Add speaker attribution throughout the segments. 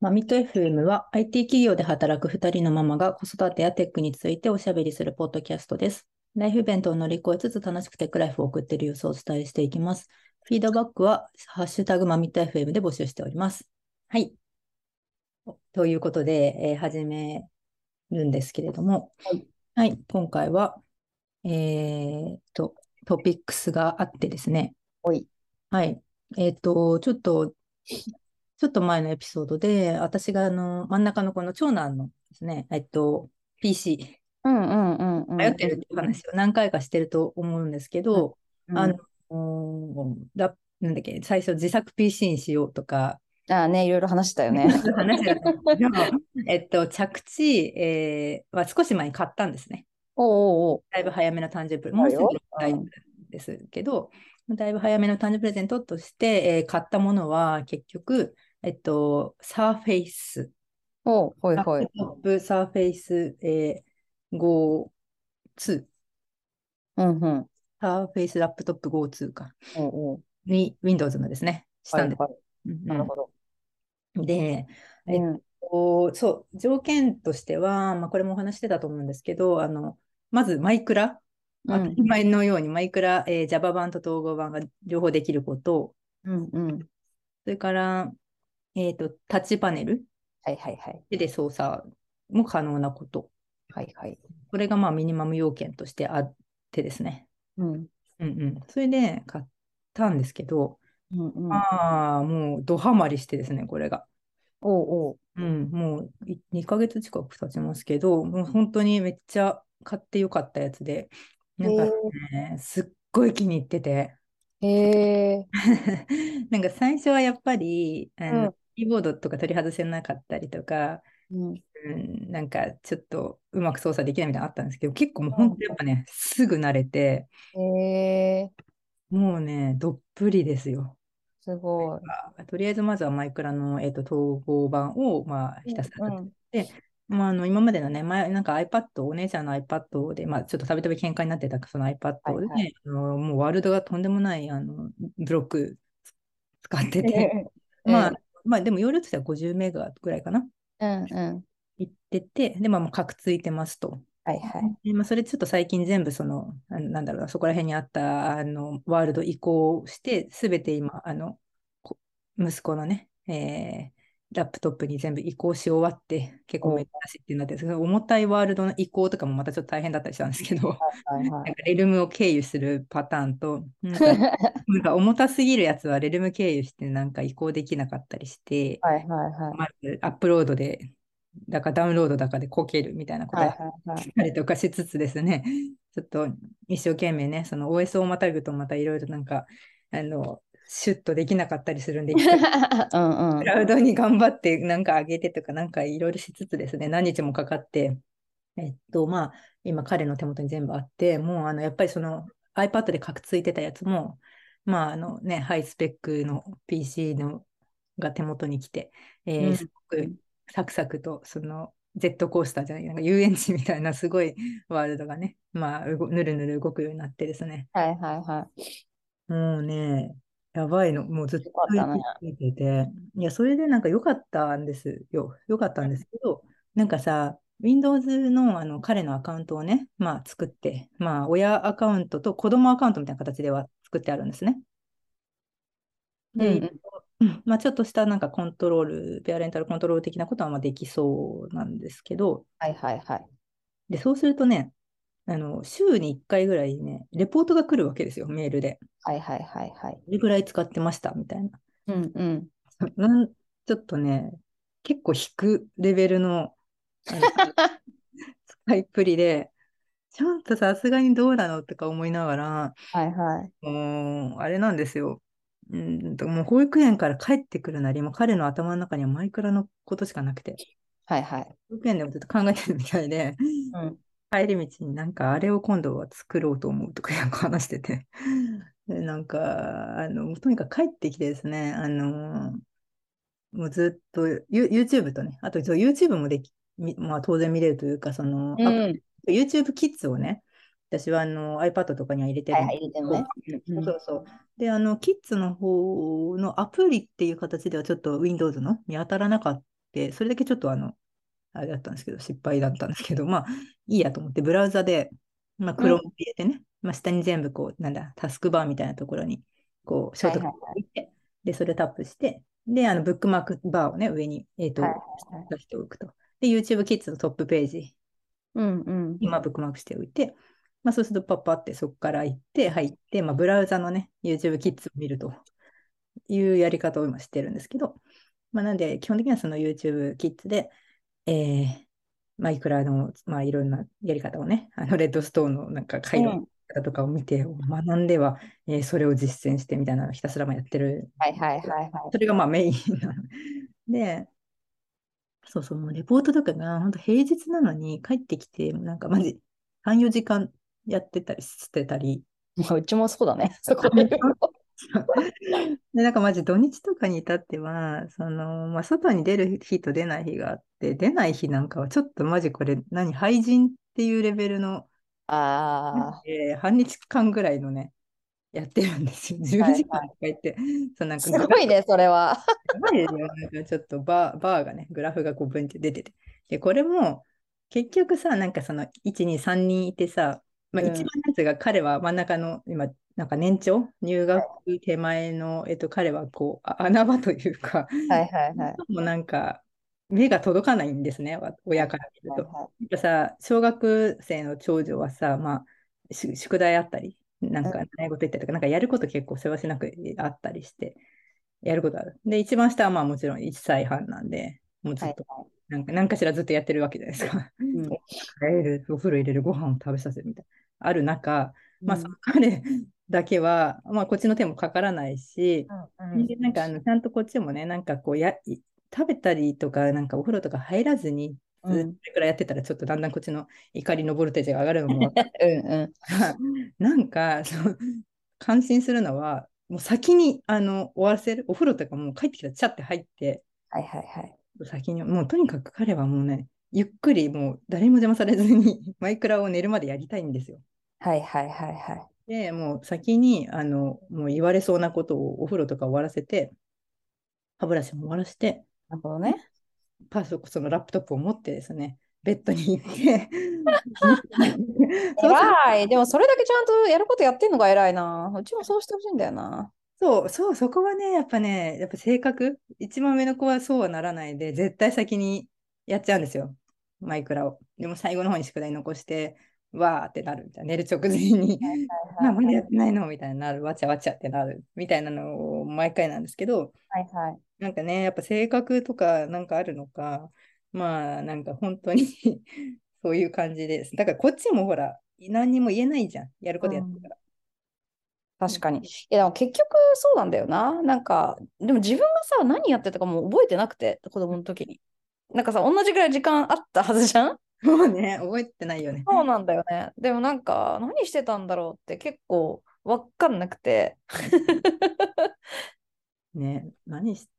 Speaker 1: マミット FM は IT 企業で働く2人のママが子育てやテックについておしゃべりするポッドキャストです。ライフイベントを乗り越えつつ楽しくテックライフを送っている様子をお伝えしていきます。フィードバックは、ハッシュタグマミット FM で募集しております。はい。おということで、えー始めるんですけれども、
Speaker 2: はい、
Speaker 1: 今回は、えーっと、トピックスがあってですね、
Speaker 2: はい。
Speaker 1: はい。えっと、ちょっと、ちょっと前のエピソードで、私があの、真ん中のこの長男のですね、えっと、PC、
Speaker 2: うんうんうんうん。
Speaker 1: 迷ってるっていう話を何回かしてると思うんですけど、
Speaker 2: うん。
Speaker 1: あの、おーラなんだっけ、最初自作 PC にしようとか、
Speaker 2: ああ ね、いろいろ話したよね。
Speaker 1: 話があったんですけどえっと、着地、えーは少し前に買ったんですね。
Speaker 2: おうおう
Speaker 1: だいぶ早めの誕生日プレゼント、も
Speaker 2: そうう
Speaker 1: す
Speaker 2: よ
Speaker 1: ぐ大丈夫ですけど、だいぶ早めの誕生日プレゼントとして、えー買ったものは結局、えっと、サーフェイス、
Speaker 2: おう。おう、ほい
Speaker 1: ラ
Speaker 2: ほ
Speaker 1: ッ
Speaker 2: い
Speaker 1: プ。トップサーフェイス、えー、Go2、サ
Speaker 2: うんうん。
Speaker 1: ーフェイスラップトップ Go2 か、
Speaker 2: おうおう。
Speaker 1: に Windows のですね、したんです。
Speaker 2: はいはい
Speaker 1: うん
Speaker 2: なるほど。
Speaker 1: で、えっ
Speaker 2: うん
Speaker 1: こうそう、条件としては、まあ、これもお話ししてたと思うんですけど、あのまずマイクラ、
Speaker 2: う
Speaker 1: 当
Speaker 2: ん
Speaker 1: たり前のようにマイクラ、えー Java 版と統合版が両方できること、
Speaker 2: うんうん。
Speaker 1: それから、えー、とタッチパネル、
Speaker 2: はいはいはい。
Speaker 1: 手で操作も可能なこと、
Speaker 2: はいはい。
Speaker 1: これがまあミニマム要件としてあってですね。
Speaker 2: うん。
Speaker 1: うんうん、それで買ったんですけど、
Speaker 2: うんうん。
Speaker 1: ああ、もうドハマりしてですね、これが。
Speaker 2: おうおう。
Speaker 1: うん、もうい2ヶ月近く経ちますけど、もう本当にめっちゃ買ってよかったやつで、なんかね、すっごい気に入ってて、
Speaker 2: へえ。
Speaker 1: なんか最初はやっぱり、あ
Speaker 2: う
Speaker 1: の、
Speaker 2: ん
Speaker 1: キーボードとか取り外せなかったりとか、
Speaker 2: うん。
Speaker 1: うん、なんかちょっとうまく操作できないみたいなのあったんですけど、結構もう本当やっぱね、すぐ慣れて、
Speaker 2: へえ。
Speaker 1: もうね、どっぷりですよ。
Speaker 2: すごい。
Speaker 1: とりあえずまずはマイクラの、えーと、統合版を、まあ、ひたすら
Speaker 2: うんうん
Speaker 1: まあ、あの今までのね、前、なんか iPad、お姉ちゃんの iPad で、まあ、ちょっとたびたび喧嘩になってた、その iPad
Speaker 2: はい
Speaker 1: で
Speaker 2: は
Speaker 1: ね、あのもうワールドがとんでもないあのブロック使って
Speaker 2: え
Speaker 1: て、
Speaker 2: え
Speaker 1: まあ、まあ、でも容量としては50メガぐらいかな、
Speaker 2: うんうん。
Speaker 1: いってて、で、まあ、もう核ついてますと。
Speaker 2: はいはい。
Speaker 1: でまあ、それちょっと最近全部その、あのなんだろうな、そこら辺にあったあのワールド移行して、すべて今、あの、こ息子のね、えーラップトップに全部移行し終わって、結構
Speaker 2: おう
Speaker 1: 珍しいってなってるんですけど、重たいワールドの移行とかもまたちょっと大変だったりしたんですけど、
Speaker 2: はいは
Speaker 1: なん
Speaker 2: い。
Speaker 1: かレルムを経由するパターンと、なんかなんか重たすぎるやつはレルム経由してなんか移行できなかったりして、
Speaker 2: はいはいはい。
Speaker 1: まずアップロードで、だかダウンロードだかでこけるみたいなこと
Speaker 2: はい
Speaker 1: が
Speaker 2: はいはい。
Speaker 1: たりとかしつつですね、ちょっと一生懸命ね、その OS をまたぐとまたいろいろなんか、あの、シュッとできなかったりするんで、ク
Speaker 2: うんうん。
Speaker 1: ラウドに頑張ってなんか上げてとかなんかいろいろしつつですね、何日もかかって、えっと、まあ、今彼の手元に全部あって、もうあの、やっぱりその iPad でくついてたやつも、まあ、あのね、ハイスペックの PC のが手元に来て、えー
Speaker 2: うん
Speaker 1: すごくサクサクと、その、ジェットコースターじゃない、なんか遊園地みたいなすごいワールドがね、まあ、うごぬるぬる動くようになってですね。
Speaker 2: はいはいはい。
Speaker 1: もうね、やばいの、もうずっと
Speaker 2: よかったね
Speaker 1: 見てて、いや、それでなんか良かったんですよ。良かったんですけど、なんかさ、Windows の、あの彼のアカウントをね、まあ作って、まあ親アカウントと子供アカウントみたいな形では作ってあるんですね。で、
Speaker 2: うんうん
Speaker 1: うんまあちょっとしたなんかコントロール、ペアレンタルコントロール的なことはまあできそうなんですけど、
Speaker 2: はいはいはい。
Speaker 1: で、そうするとね、あの週に1回ぐらいね、レポートが来るわけですよ、メールで。
Speaker 2: はいはいはいはい。
Speaker 1: どれぐらい使ってましたみたいな。
Speaker 2: うんうん。
Speaker 1: なんちょっとね、結構引くレベルのあの使いっぷりで、ちょっとさすがにどうなのとか思いながら、
Speaker 2: はいはい。
Speaker 1: もう、あれなんですよ。うんと、もう保育園から帰ってくるなり、もう彼の頭の中にはマイクラのことしかなくて、
Speaker 2: はいはい。
Speaker 1: 保育園でもずっと考えてるみたいで、
Speaker 2: うん。
Speaker 1: 帰り道になんかあれを今度は作ろうと思うとかなんか話してて。 で、なんか、あの、とにかく帰ってきてですね、あの、もうずっと、ユ YouTube とね、あとそう YouTube もでき、みまあ当然見れるというか、その、
Speaker 2: うん。は
Speaker 1: あ
Speaker 2: い
Speaker 1: YouTube キッズをね、私はあの iPad とかには入れてるん
Speaker 2: は
Speaker 1: で
Speaker 2: い、入れてもね。うんうん
Speaker 1: そうそう。で、あの、キッズの方のアプリっていう形ではちょっと Windows の見当たらなかって、それだけちょっとあの、あれだったんですけど、失敗だったんですけど、まあ、いいやと思って、ブラウザで、まあ、クローム入れてね、まあ、下に全部こう、なんだ、タスクバーみたいなところに、こう、ショートカット入って、で、それタップして、で、あの、ブックマークバーをね、上に、えっ、と、
Speaker 2: はいは
Speaker 1: 出しておくと。で、YouTube Kids のトップページ
Speaker 2: うんうん。
Speaker 1: 今ブックマークしておいて、まあ、そうするとパッパってそこから行って入って、まあ、ブラウザのね YouTube キッズを見るというやり方を今してるんですけど、まあ、なんで基本的にはその YouTube キッズで、えーまあ、いくらの、まあ、いろんなやり方をねあのレッドストーンのなんか回路のやり方とかを見て学んでは、えーそれを実践してみたいなのをひたすらまあやってる
Speaker 2: はいはいはいは
Speaker 1: それがまあメインなの。で、そうそう、もうレポートとかが本当平日なのに帰ってきて、なんかマジ3、4時間やってたりしてたり、
Speaker 2: い。まあ、うちもそうだ ね。そこで。
Speaker 1: で、なんかマジ土日とかに至っては、その、まあ、外に出る日と出ない日があって、出ない日なんかはちょっとマジこれ何、廃人っていうレベルの、
Speaker 2: ああ。
Speaker 1: えー半日間ぐらいのね、やってるんですよ。
Speaker 2: はい
Speaker 1: 10時間とか言って、そうなんか
Speaker 2: すごいね、それは。
Speaker 1: やばいですよ。なんかちょっとバーバーがね、グラフがこうブンって出てて。で、これも結局さ、なんかその1、2、3人いてさ、まあ、
Speaker 2: うん
Speaker 1: 一番のやつが彼は真ん中の今、なんか年長、入学手前の、えっと、彼はこう、あ穴場というか、
Speaker 2: はいはいはい。
Speaker 1: もうなんか目が届かないんですね、わ親から見る
Speaker 2: は
Speaker 1: と
Speaker 2: い。は
Speaker 1: やっぱさ、小学生の長女はさ、まあ、し宿題あったり、なんか習い事行ったりとか、なんかやること結構世話しなくあったりして、やることある。で、一番下はまあもちろん1歳半なんで、もうず
Speaker 2: い
Speaker 1: っ
Speaker 2: はい
Speaker 1: と、なんか、なんかしらずっとやってるわけじゃないですか。
Speaker 2: うん
Speaker 1: 帰る、お風呂入れる、ご飯を食べさせるみたいな。ある中、まあ、そ
Speaker 2: うん
Speaker 1: の彼だけは、まあ、こっちの手もかからないし、
Speaker 2: うんうん
Speaker 1: でなんかあのちゃんとこっちもね、なんかこうや、い食べたりとか、なんかお風呂とか入らずに、
Speaker 2: うん
Speaker 1: ずっといくらやってたら、ちょっとだんだんこっちの怒りのボルテージが上がるのも分かる
Speaker 2: うんうん。
Speaker 1: から、なんかその、感心するのは、もう先にあの終わらせる、お風呂とかもう帰ってきたら、ちゃって入って、
Speaker 2: はいはいはい。
Speaker 1: 先に、もうとにかく彼はもうね、ゆっくりもう誰も邪魔されずに、 マイクラを寝るまでやりたいんですよ。
Speaker 2: はいはいはいはい。
Speaker 1: で、もう先にあのもう言われそうなことをお風呂とか終わらせて、歯ブラシも終わらせて、
Speaker 2: なるほど ね。
Speaker 1: パソコン、そのラップトップを持ってですね、ベッドに行って、 そう
Speaker 2: 偉い。でもそれだけちゃんとやることやってんのが偉いな。うちもそうしてほしいんだよな。
Speaker 1: そう、そう、そこはね、やっぱね、やっぱ性格、一番上の子はそうはならないで、絶対先にやっちゃうんですよ、マイクラを。でも最後の方に宿題残して、わーってなるみたいな、寝る直前に、 まあ、まだやってないのみたいになる、わちゃわちゃってなるみたいなのを毎回なんですけど、
Speaker 2: はいはい。
Speaker 1: なんかね、やっぱ性格とかなんかあるのか、まあなんか本当に そういう感じです。だからこっちもほら、何にも言えないじゃん。やることやってるから。
Speaker 2: 確かに。いやでも結局そうなんだよな。なんか、でも自分がさ、何やってたかもう覚えてなくて、子供の時に。なんかさ、同じぐらい時間あったはずじゃん
Speaker 1: もうね、覚えてないよね。
Speaker 2: そうなんだよね。でもなんか、何してたんだろうって結構わかんなくて。
Speaker 1: ね、何し、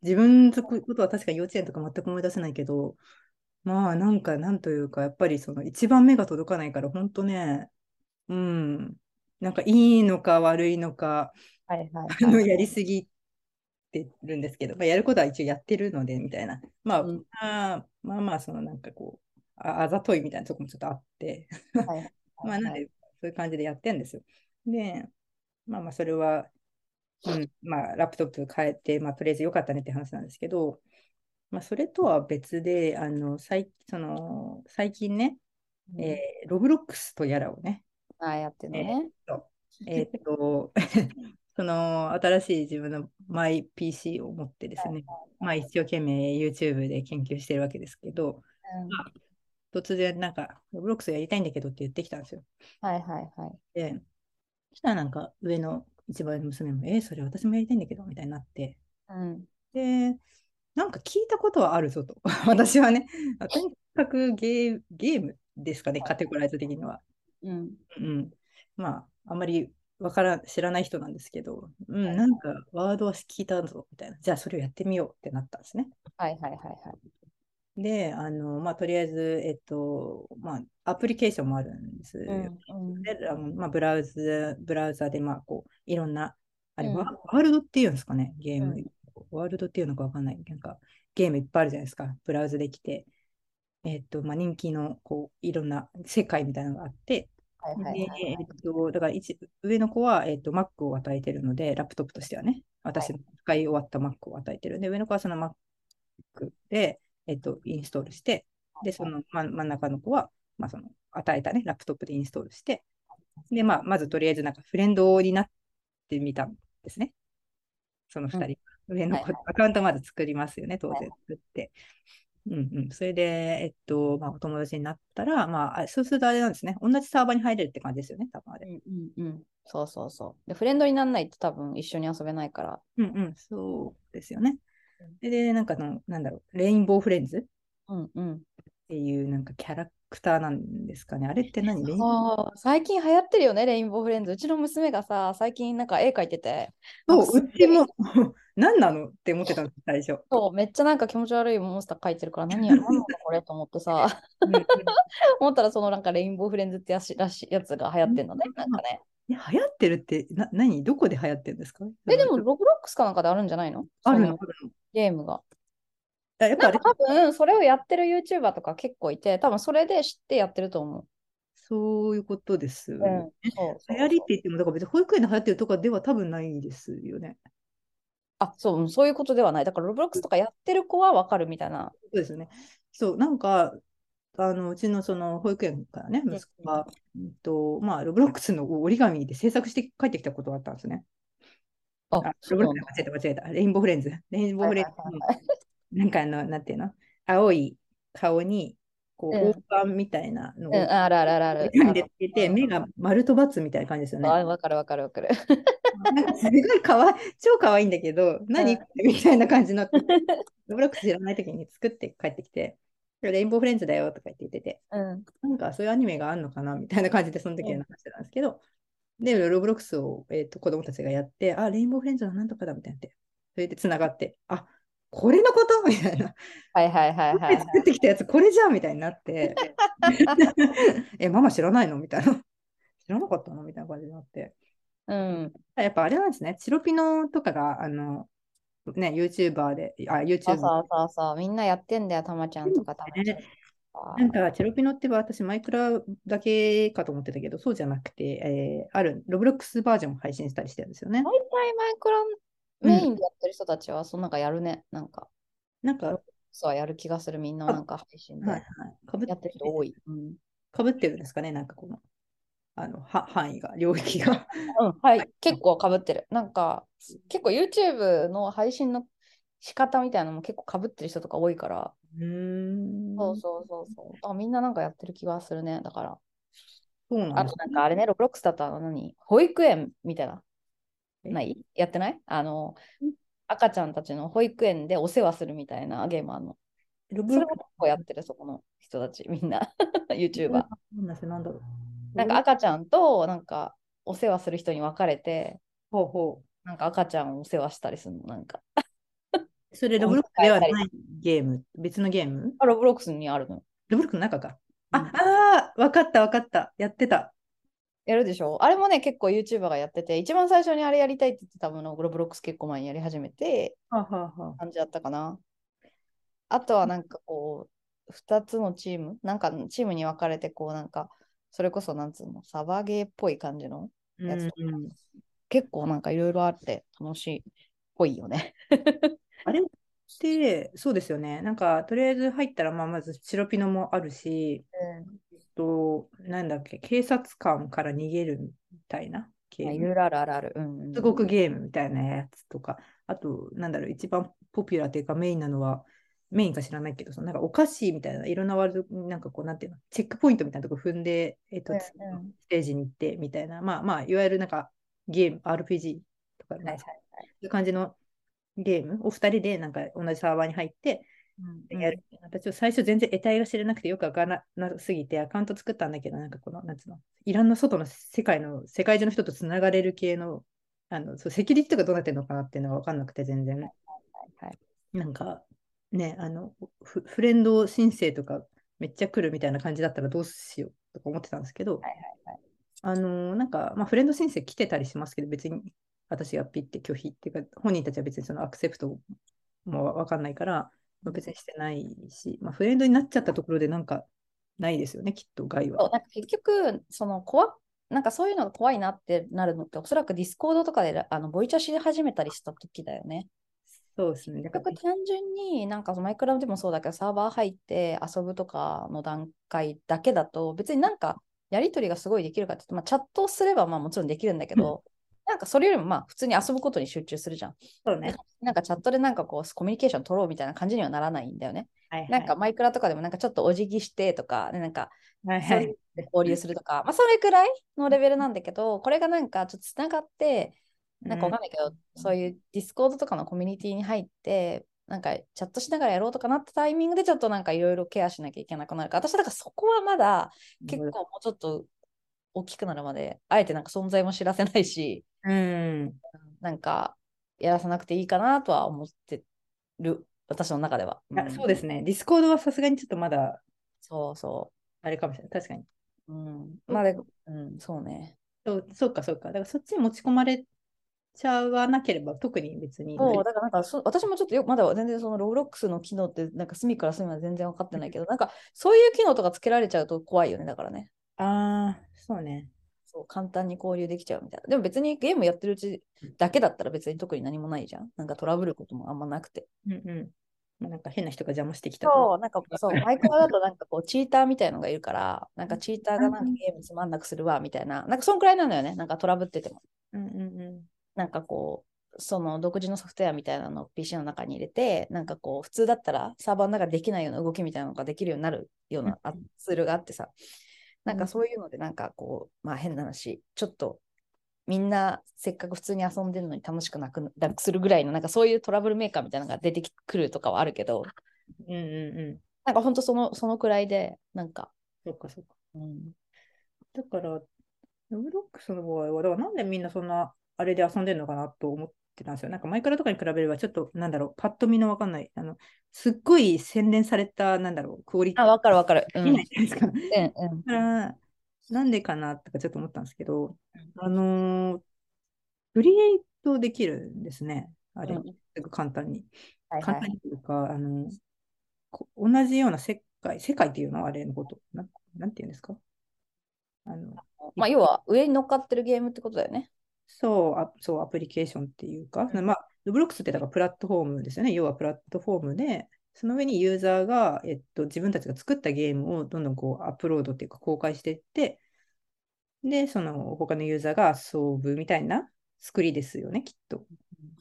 Speaker 1: 自分のことは確かに幼稚園とか全く思い出せないけど、まあなんかなんというか、やっぱりその一番目が届かないから、本当ね、うん、なんかいいのか悪いのか、
Speaker 2: はいはい
Speaker 1: あのやりすぎてるんですけど、まあ、やることは一応やってるのでみたいな、まあ、
Speaker 2: うん
Speaker 1: まあまあまあそのなんかこうああざといみたいなとこもちょっとあって、まあなんでそういう感じでやってんですよ。で、まあまあそれは、うん、まあラップトップ変えて、まあとりあえず良かったねって話なんですけど、まあそれとは別で、あの、最その最近ね、えーロブロックスとやらをね、
Speaker 2: ああ、やってるのね。
Speaker 1: えーっと、 その新しい自分のマイ PC を持ってですね、まあ一生懸命 YouTube で研究してるわけですけど、
Speaker 2: うん
Speaker 1: 突然なんか、ロブロックスやりたいんだけどって言ってきたんですよ。
Speaker 2: はいはいはい。
Speaker 1: で、そしたらなんか上の一番上の娘も、えーそれ私もやりたいんだけど、みたいになって、
Speaker 2: うん。
Speaker 1: で、なんか聞いたことはあるぞと、 私はね、とにかくゲーゲームですかね、カテゴライズ的には。
Speaker 2: うん。
Speaker 1: うん、まあ、あんまりわからん、知らない人なんですけど、う
Speaker 2: はい
Speaker 1: ん、なんかワードは聞いたぞみたいな、じゃあそれをやってみようってなったんですね。
Speaker 2: はいはいはいはい。
Speaker 1: で、あの、まあ、とりあえず、えっと、まあ、アプリケーションもあるんです。
Speaker 2: うんうん
Speaker 1: で、あのまあ、ブラウズ、ブラウザで、まあ、こう、いろんな、あれ、
Speaker 2: うん
Speaker 1: ワワールドっていうんですかね、ゲーム。
Speaker 2: うん
Speaker 1: ワールドっていうのかわかんない。なんか、ゲームいっぱいあるじゃないですか。ブラウズできて。えっ、と、まあ、人気の、こう、いろんな世界みたいなのがあって、
Speaker 2: はい
Speaker 1: で
Speaker 2: はいはいはい
Speaker 1: えっ、と、だから一、上の子は、えっ、と、Mac を与えてるので、ラップトップとしてはね、私の使い終わった Mac を与えてるんで、上の子はその Mac で、えっ、と、インストールして、で、その真真ん中の子は、まあ、その、与えたね、ラップトップでインストールして、で、まあ、まずとりあえず、なんか、フレンドになってみたんですね。その2人。上の子、
Speaker 2: はいは
Speaker 1: アカウントまず作りますよね、当
Speaker 2: はい
Speaker 1: 然作って。うんうん。それで、えっと、まあ、お友達になったら、まああ、そうするとあれなんですね。同じサーバーに入れるって感じですよね、多分あれ。
Speaker 2: うんうんうん。そうそうそう。で、フレンドにならないと多分一緒に遊べないから。
Speaker 1: うんうん、そうですよね。で、でなんかあの、なんだろう、レインボーフレンズっ
Speaker 2: うんうん。
Speaker 1: ていう、なんかキャラクターなんですかね。あれって何レインボー
Speaker 2: そう最近流行ってるよね、レインボーフレンズ。うちの娘がさ、最近なんか絵描いてて、
Speaker 1: そう、うちも、 何なのって思ってたんです、最初。
Speaker 2: そうめっちゃなんか気持ち悪いモンスター描いてるから、何 やろ、何なのこれと思ってさ、
Speaker 1: うん うん
Speaker 2: 思ったらそのなんかレインボーフレンズってやしらしいやつが流行ってんのね、なんかね。
Speaker 1: え流行ってるって、な、何どこで流行ってるんですか
Speaker 2: え、でも、ロブロックスかなんかであるんじゃないの
Speaker 1: ある
Speaker 2: そ
Speaker 1: の
Speaker 2: のゲームが。
Speaker 1: あやっぱ
Speaker 2: な
Speaker 1: あ
Speaker 2: ん
Speaker 1: れ
Speaker 2: か、多分、それをやってる YouTuber とか結構いて、多分それで知ってやってると思
Speaker 1: そういうことです。
Speaker 2: う。うん。そうそう
Speaker 1: 流行りって言っても、だから別に保育園で流行ってるとかでは多分ないですよね。
Speaker 2: あ、そううん、そういうことではない。だから、ロブロックスとかやってる子はわかるみたいな。
Speaker 1: そうですよね。そう、なんか、あのうちのその保育園からね、息子が、うんとまあ、ロブロックスの折り紙で制作して帰ってきたことがあったんですね。
Speaker 2: あ
Speaker 1: あ、
Speaker 2: そ
Speaker 1: ロ
Speaker 2: う
Speaker 1: ブ
Speaker 2: な
Speaker 1: ロッ
Speaker 2: んだ
Speaker 1: クス間違えた、間違えた。レインボーフレンズ。レインボーフレンズの、なんかあの、なんていうの青い顔に、こう、
Speaker 2: うん
Speaker 1: 王冠みたいなの
Speaker 2: うん、
Speaker 1: を
Speaker 2: あるあるあるある
Speaker 1: 折り。紙でつけ
Speaker 2: あ
Speaker 1: て、
Speaker 2: の
Speaker 1: 目が丸と×みたいな感じ ですよね。
Speaker 2: あわかるわかるわかる。
Speaker 1: なんかすごいかわい超可愛いんだけど、何、
Speaker 2: うん
Speaker 1: これみたいな感じになって、ロブロックス知らない時に作って帰ってきて、これレインボーフレンズだよとか言って言ってて、
Speaker 2: うん。
Speaker 1: なんかそういうアニメがあるのかな みたいな感じで、その時は流してたんですけど、で、ロブロックスを、えー、と子供たちがやって、あ、レインボーフレンズのなんとかだみたいになって、それでつながって、あこれのこと みたいな。
Speaker 2: はいはいはいはいはい。
Speaker 1: 作ってきたやつ、これじゃんみたいにな って、 え、ママ知らないのみたいな。知らなかったのみたいな感じになって。
Speaker 2: うん。
Speaker 1: やっぱあれなんですね、チロピノとかが、あの、ね、YouTuber で、あ、
Speaker 2: そう
Speaker 1: YouTube
Speaker 2: そうそうそう。みんなやってんだよ、たまちゃんとかたまちゃんとか。
Speaker 1: なんか、チロピノってば私、マイクラだけかと思ってたけど、そうじゃなくて、えーある、ロブロックスバージョンを配信したりしてるんですよね。
Speaker 2: 大体マイクラメインでやってる人たちは、そんなんかやるね。なんか、
Speaker 1: なんか、は
Speaker 2: そうやる気がするみんな
Speaker 1: あ
Speaker 2: なんか配信
Speaker 1: い
Speaker 2: で
Speaker 1: はい。かぶっ
Speaker 2: やってる人多い。うん。
Speaker 1: かぶってるんですかね、なんかこの、あの、は範囲が、領域 が。
Speaker 2: うん、はい、結構かぶってる。なんか、結構 YouTube の配信の仕方みたいなのも結構かぶってる人とか多いから、
Speaker 1: うーん。
Speaker 2: そうそうそうそう。だからみんななんかやってる気がするね。だから、
Speaker 1: そうなん
Speaker 2: あ
Speaker 1: で
Speaker 2: と
Speaker 1: す
Speaker 2: なんかあれね、ロブロックスだとあの何保育園みたいな。
Speaker 1: え
Speaker 2: ないやってないあの
Speaker 1: ん、
Speaker 2: 赤ちゃんたちの保育園でお世話するみたいなゲームあるの。
Speaker 1: ロ
Speaker 2: そ
Speaker 1: ブ
Speaker 2: れ
Speaker 1: ロッ
Speaker 2: も
Speaker 1: ク
Speaker 2: 結構やってる、そこの人たち、みんな。
Speaker 1: ス
Speaker 2: YouTuber。
Speaker 1: そうなんですよなんだろう。
Speaker 2: なんか赤ちゃんと、なんか、お世話する人に分かれて、
Speaker 1: ほうほ
Speaker 2: なんか赤ちゃんをお世話したりするの、なんか。
Speaker 1: う。それ、ロブロックスではないゲーム、別のゲーム
Speaker 2: あロブロックスにあるの。
Speaker 1: ロブロックの中か。
Speaker 2: う
Speaker 1: あ
Speaker 2: ん、
Speaker 1: あー、わかったわかった。やってた。
Speaker 2: やるでしょあれもね、結構 YouTuber がやってて、一番最初にあれやりたいって言ってたものをロブロックス結構前にやり始めて、
Speaker 1: はあはあはあ
Speaker 2: 感じだったかな。あとはなんかこう、2つのチーム、なんかチームに分かれて、こうなんか、それこそなんつうの、サバゲーっぽい感じの、やつとか
Speaker 1: うんうん
Speaker 2: 結構なんかいろいろあって楽しいっぽいよね。
Speaker 1: あれって、そうですよね。なんか、とりあえず入ったら、まあ、まずチロピノもあるし、えっと、なんだっけ、警察官から逃げるみたいなゲ
Speaker 2: まあ
Speaker 1: ー
Speaker 2: い
Speaker 1: ム。
Speaker 2: ろいろあるあるある。うんうん、
Speaker 1: すごくゲームみたいなやつとか、あと、なんだろう、一番ポピュラーというかメインなのは、メインか知らないけど、そのなんかお菓子みたいな、いろんなワールド、なんかこう、なんていうの、チェックポイントみたいなとこ踏んで、えっと、
Speaker 2: うんうん
Speaker 1: ステージに行ってみたいな、まあまあ、いわゆるなんかゲーム、RPG とか、
Speaker 2: はいはい
Speaker 1: そういう感じのゲーム、お二人でなんか同じサーバーに入ってやる。私は最初全然得体が知れなくてよくわからなすぎてアカウント作ったんだけど、なんかこの、なんつうの、イランの外の世界の、世界中の人とつながれる系の、あのそうセキュリティとかどうなってるのかなっていうのが分かんなくて全然。
Speaker 2: はいはい
Speaker 1: なんかね、あのフ、フレンド申請とかめっちゃ来るみたいな感じだったらどうしようとか思ってたんですけど、
Speaker 2: はい
Speaker 1: あのーなんか、まあ、フレンド申請来てたりしますけど、別に私がピッて拒否っていうか、本人たちは別にそのアクセプトもわかんないから、まあ別にしてないし、まあ、フレンドになっちゃったところでなんかないですよね、きっと害
Speaker 2: そう
Speaker 1: は。
Speaker 2: なんか結局、その怖なんかそういうのが怖いなってなるのって、おそらくディスコードとかであのボイチャし始めたりした時だよね。
Speaker 1: そうですね。だか
Speaker 2: 結
Speaker 1: ら
Speaker 2: 局単純になんかそのマイクラでもそうだけどサーバー入って遊ぶとかの段階だけだと別になんかやり取りがすごいできるかって言って、まあ、チャットをすればまあもちろんできるんだけど、なんかそれよりもまあ普通に遊ぶことに集中するじゃん。
Speaker 1: そうね。
Speaker 2: なんかチャットでなんかこうコミュニケーション取ろうみたいな感じにはならないんだよね。
Speaker 1: はいはい、
Speaker 2: なんかマイクラとかでもなんかちょっとお辞儀してとか、なんか
Speaker 1: はい
Speaker 2: そ
Speaker 1: は
Speaker 2: う
Speaker 1: い、
Speaker 2: いうので交流するとか、まあ、それくらいのレベルなんだけど、これがなんかちょっとつながって、なんかわかんないけど、そういうディスコードとかのコミュニティに入って、なんかチャットしながらやろうとかなったタイミングでちょっとなんかいろいろケアしなきゃいけなくなるから、私だからそこはまだ結構もうちょっと大きくなるまで、あえてなんか存在も知らせないし、
Speaker 1: うん。
Speaker 2: なんかやらさなくていいかなとは思ってる、私の中では。
Speaker 1: いや
Speaker 2: うん
Speaker 1: そうですね。ディスコードはさすがにちょっとまだ
Speaker 2: そうそ
Speaker 1: あれかもしれない。確かに。
Speaker 2: う。うん。まあで、うん、そうね。
Speaker 1: そうそうか、そうか。だからそっちに持ち込まれちゃわなければ特に別に。
Speaker 2: そう、だからなんかそ、私もちょっとよまだ全然そのロブロックスの機能って、なんか隅から隅まで全然分かってないけど、なんかそういう機能とかつけられちゃうと怖いよね、だからね。
Speaker 1: ああ、そうね。
Speaker 2: そう、簡単に交流できちゃうみたいな。でも別にゲームやってるうちだけだったら別に特に何もないじゃん。なんかトラブることもあんまなくて。
Speaker 1: うんうん。まあ、なんか変な人が邪魔してきたと
Speaker 2: そう、なんかそう、マイクラだとなんかこう、チーターみたいのがいるから、なんかチーターがなんかゲームつまんなくするわ、みたいな。なんかそんくらいなんだよね、なんかトラブってても。
Speaker 1: うんうんう
Speaker 2: なんかこう、その独自のソフトウェアみたいなのを PC の中に入れて、なんかこう、普通だったらサーバーの中でできないような動きみたいなのができるようになるようなあ
Speaker 1: うん
Speaker 2: ツールがあってさ、なん
Speaker 1: う
Speaker 2: か
Speaker 1: ん
Speaker 2: そういうので、なんかこう、まあ変な話、ちょっとみんなせっかく普通に遊んでるのに楽しくなくなくするぐらいの、なんかそういうトラブルメーカーみたいなのが出てくるとかはあるけど、
Speaker 1: ん。うんうんうん。
Speaker 2: なんかほんとその、そのくらいで、なんか、
Speaker 1: そうか、そうか。
Speaker 2: うん、
Speaker 1: だから、ロブロックスの場合は、だからなんでみんなそんなあれで遊んでるのかなと思ってたんですよ。なんかマイクラとかに比べれば、ちょっとなんだろう、パッと見のわかんない、あの、すっごい洗練された、なんだろう、クオリティ
Speaker 2: あ、わかるわかる。うん。
Speaker 1: 見ないじゃないですか。だ
Speaker 2: うんうん
Speaker 1: から、なんでかなとかちょっと思ったんですけど、あのークリエイトできるんですね。あれ、
Speaker 2: うん
Speaker 1: すぐ簡単に。
Speaker 2: はいは
Speaker 1: 簡
Speaker 2: い
Speaker 1: 単にというか、あの、こ同じような世界、世界っていうのあれのこと、なんなんていうんですかあの、
Speaker 2: まあ、要は上に乗っかってるゲームってことだよね。
Speaker 1: そう、あそう、アプリケーションっていうか、まあ、ロブロックスってだからプラットフォームですよね。要はプラットフォームで、その上にユーザーが、えっと、自分たちが作ったゲームをどんどんこうアップロードっていうか公開していって、で、その他のユーザーが遊ぶみたいな作りですよね、きっと。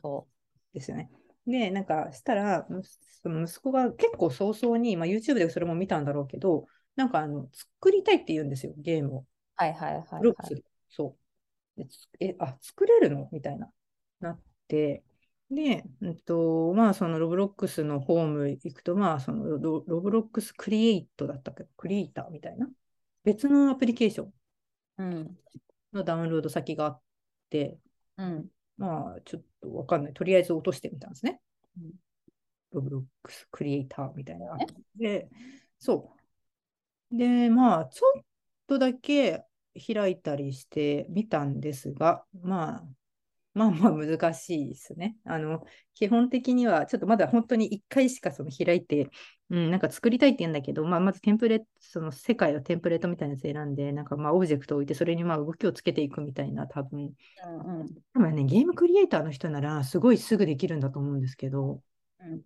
Speaker 2: そ
Speaker 1: ですよね。で、なんかしたら、むその息子が結構早々に、まあ、YouTube でそれも見たんだろうけど、なんかあの作りたいって言うんですよ、ゲームを。
Speaker 2: う。はいはいはい、
Speaker 1: ロッ
Speaker 2: は
Speaker 1: ク
Speaker 2: い。
Speaker 1: ス。そう。でつえ、あ、作れるのみたいな、なって。で、うんと、まあ、そのロブロックスのホーム行くと、まあ、そのロロブロックスクリエイトだったっけど、クリエイターみたいな、別のアプリケーション
Speaker 2: うん。
Speaker 1: のダウンロード先があって、
Speaker 2: うん。
Speaker 1: まあ、ちょっとわかんない。とりあえず落としてみたんですね
Speaker 2: うん。
Speaker 1: ロブロックスクリエイターみたいな。で、そう。で、まあ、ちょっとだけ開いたりしてみたんですが、まあ、まあまあ難しいですね。あの、基本的には、ちょっとまだ本当に1回しかその開いて、うん、なんか作りたいって言うんだけど、まあ、まずテンプレート、その世界のテンプレートみたいなやつ選んで、なんかまあオブジェクトを置いて、それにまあ動きをつけていくみたいな、多分
Speaker 2: うん。うん。
Speaker 1: 多分ね、ゲームクリエイターの人ならすごいすぐできるんだと思うんですけど、
Speaker 2: うん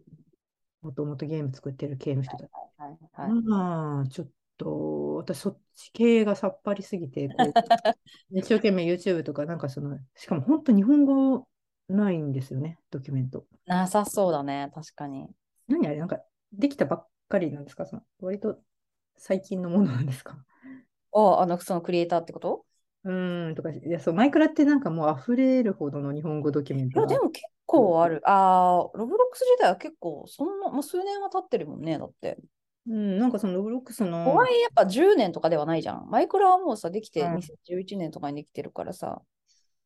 Speaker 1: もともとゲーム作ってる系の人だと。
Speaker 2: はいはい。
Speaker 1: まあ、ちょっと、私そっち系がさっぱりすぎて、こ う一生懸命 YouTube とか、なんかその、しかも本当日本語ないんですよね、ドキュメント。
Speaker 2: なさそうだね、確かに。
Speaker 1: 何あれ、なんかできたばっかりなんですかその割と最近のものなんですか
Speaker 2: おあの、そのクリエイターってこと
Speaker 1: うーん、とか、いや、そう、マイクラってなんかもう溢れるほどの日本語ドキュメン
Speaker 2: い
Speaker 1: ト
Speaker 2: や、
Speaker 1: が
Speaker 2: でも結構ある。ああ、ロブロックス自体は結構、そんな、もう数年は経ってるもんね、だって。
Speaker 1: うん、なんかそのロブロックスの、
Speaker 2: 怖い、やっぱ10年とかではないじゃん。マイクラはもうさ、できて
Speaker 1: うん
Speaker 2: 2011年とかにできてるからさ。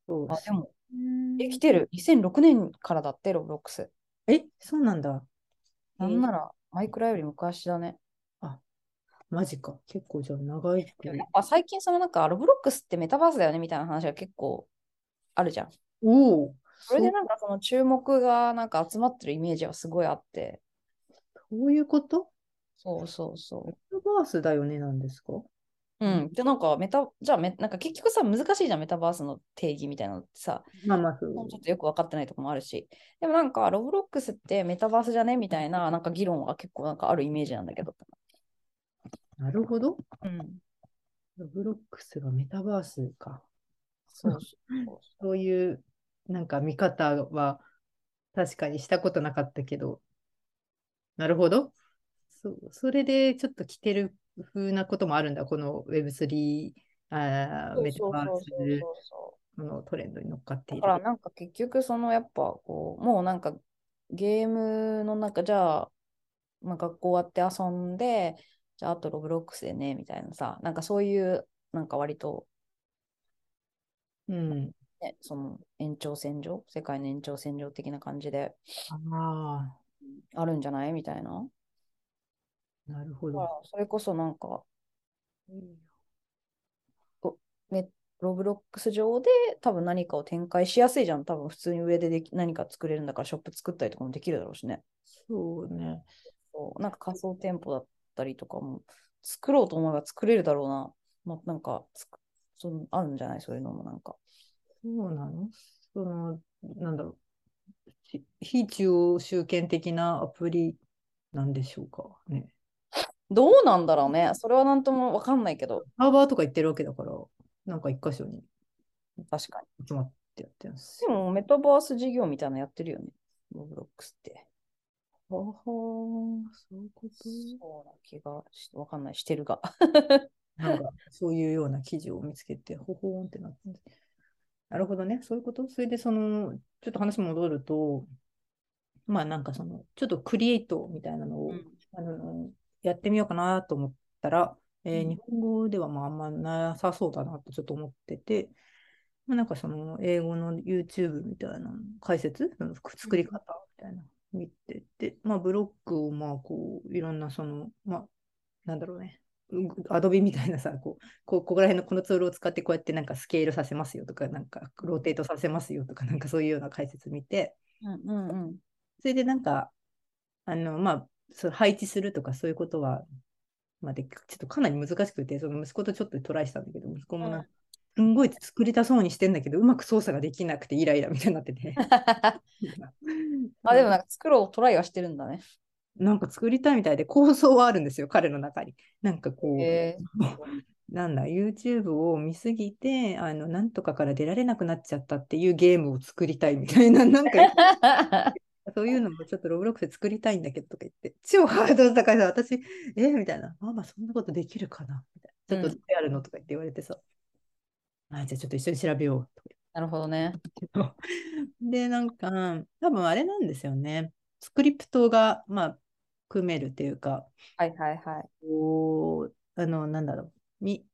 Speaker 1: そう
Speaker 2: あ、でも、
Speaker 1: うん
Speaker 2: できてる。2006年からだって、ロブロックス。
Speaker 1: え、そうなんだ。
Speaker 2: なんなら、マイクラより昔だね。
Speaker 1: マジか。結構じゃあ長いく
Speaker 2: で
Speaker 1: ら
Speaker 2: も
Speaker 1: い
Speaker 2: やっぱ最近そのなんかロブロックスってメタバースだよねみたいな話が結構あるじゃん。
Speaker 1: おお、
Speaker 2: それ
Speaker 1: そ
Speaker 2: で
Speaker 1: う
Speaker 2: なんかその注目がなんか集まってるイメージはすごいあって。
Speaker 1: ういうこと
Speaker 2: そうそうそ
Speaker 1: メタバースだよねなんですか
Speaker 2: う。うん。で、なんかメタ、じゃあめ、なんか結局さ、難しいじゃん、メタバースの定義みたいなのってさ、
Speaker 1: まあまあそう。
Speaker 2: もうちょっとよく分かってないとこもあるし、でもなんか、ロブロックスってメタバースじゃねみたいな、なんか議論が結構なんかあるイメージなんだけど。
Speaker 1: なるほど。
Speaker 2: うん。
Speaker 1: ロブロックスがメタバースか。
Speaker 2: そうそうそう。
Speaker 1: そういうなんか見方は確かにしたことなかったけど。なるほど。そうそれでちょっと着てる風なこともあるんだ。この Web3、あーメタバー
Speaker 2: そうそうそう
Speaker 1: ス
Speaker 2: そうそう
Speaker 1: のトレンドに乗っかってい
Speaker 2: だ
Speaker 1: る。
Speaker 2: からなんか結局そのやっぱこうもうなんかゲームの中じゃあ、まあ、学校終わって遊んでじゃああとロブロックスでねみたいなさなんかそういうなんか割と、
Speaker 1: うん。
Speaker 2: ね、その延長線上世界の延長線上的な感じで
Speaker 1: あ
Speaker 2: あるんじゃないみたいな
Speaker 1: あ、なるほ
Speaker 2: だから
Speaker 1: ど。
Speaker 2: それこそなんかねロブロックス上で多分何かを展開しやすいじゃん多分普通に上ででき何か作れるんだからショップ作ったりとかもできるだろうしね
Speaker 1: そうね。
Speaker 2: そうなんか仮想店舗だったりとかも作ろうと思えば作れるだろうな。まあ、なんかつくそのあるんじゃないそういうのもなんか。
Speaker 1: そうなのその、なんだろう。ひ非中央集権的なアプリなんでしょうかね。
Speaker 2: どうなんだろうね。それはなんともわかんないけど、
Speaker 1: サーバーとか行ってるわけだから、なんか一箇所に
Speaker 2: 確かに。
Speaker 1: 集まってやってるんです
Speaker 2: で
Speaker 1: よ。
Speaker 2: もメタバース事業みたいなのやってるよね。ロブロックスって。
Speaker 1: ははそういうこ
Speaker 2: そうな気がしわかんない。してるが。
Speaker 1: となんか、そういうような記事を見つけて、ほほーんってなってるなるほどね、そういうこと。それで、その、ちょっと話戻ると、まあなんかその、ちょっとクリエイトみたいなのを、あのやってみようかなと思ったら、えー
Speaker 2: うん
Speaker 1: 日本語ではまああんまなさそうだなってちょっと思ってて、まあ、なんかその英語の YouTube みたいな解説、その作り方みたいなの見てて、まあ、ブロックをまあこういろんなその、まあ、なんだろうね、アドビみたいなさ、こう、こうここら辺のこのツールを使ってこうやってなんかスケールさせますよとか、なんかローテートさせますよとか、なんかそういうような解説見て、
Speaker 2: うんうん うん。
Speaker 1: それでなんか、あの、まあ、そう配置するとかそういうことは、まあ、でちょっとかなり難しくて、その息子とちょっとトライしたんだけど、息子もなんか、すんごい作りたそうにしてんだけど、うまく操作ができなくてイライラみたいになって て。
Speaker 2: あでもなんか作ろうトライはしてるんだね。
Speaker 1: なんか作りたいみたいで構想はあるんですよ、彼の中に。なんかこう、
Speaker 2: へえ
Speaker 1: なんだ、YouTube を見すぎて、あの、なんとかから出られなくなっちゃったっていうゲームを作りたいみたいな、なんか、そういうのもちょっとロブロックで作りたいんだけどとか言って、超ハードル高いさ、私、えみたいな、ママそんなことできるかなみたいな、ちょっ
Speaker 2: う
Speaker 1: と
Speaker 2: ん
Speaker 1: どうやるのとか言って言われてさ、あ、じゃあちょっと一緒に調べようとか
Speaker 2: なるほどね。
Speaker 1: 言って で、なんか、多分あれなんですよね、スクリプトが、まあ、組めるっていうか、
Speaker 2: はいはいはい。
Speaker 1: こう、あの、なんだろう。み、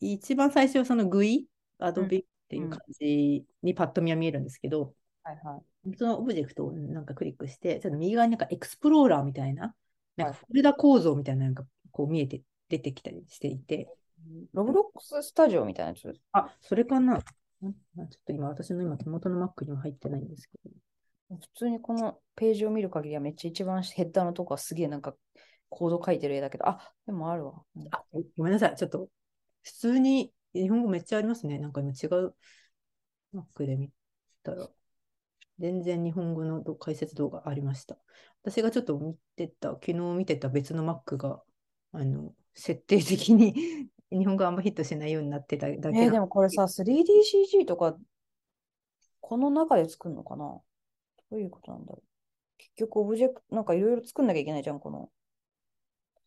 Speaker 1: 一番最初はその GUI、Adobe っていう感じにパッと見は見えるんですけど、
Speaker 2: はいはい。
Speaker 1: そのオブジェクトをなんかクリックして、ちょっと右側になんかエクスプローラーみたいな、なん
Speaker 2: は
Speaker 1: か
Speaker 2: い
Speaker 1: フォルダ構造みたいなのがこう見えて、出てきたりしていて、
Speaker 2: ロブロックススタジオみたいなやつ。
Speaker 1: あ、それかな。んあちょっと今、私の今、手元の Mac には入ってないんですけど、
Speaker 2: 普通にこのページを見る限りはめっちゃ一番ヘッダーのとこはすげえなんかコード書いてる絵だけど、あ、でもあるわ。うん
Speaker 1: あ、ごめんなさい。ちょっと、普通に日本語めっちゃありますね。なんか今違う Mac で見たら、全然日本語のど解説動画ありました。私がちょっと見てた、昨日見てた別の Mac が、あの、設定的に 日本語あんまヒットしないようになってただけ
Speaker 2: えーで
Speaker 1: な
Speaker 2: もこれさ、3DCG とか、この中で作るのかなどういうことなんだろう結局オブジェクト、なんかいろいろ作んなきゃいけないじゃん、この。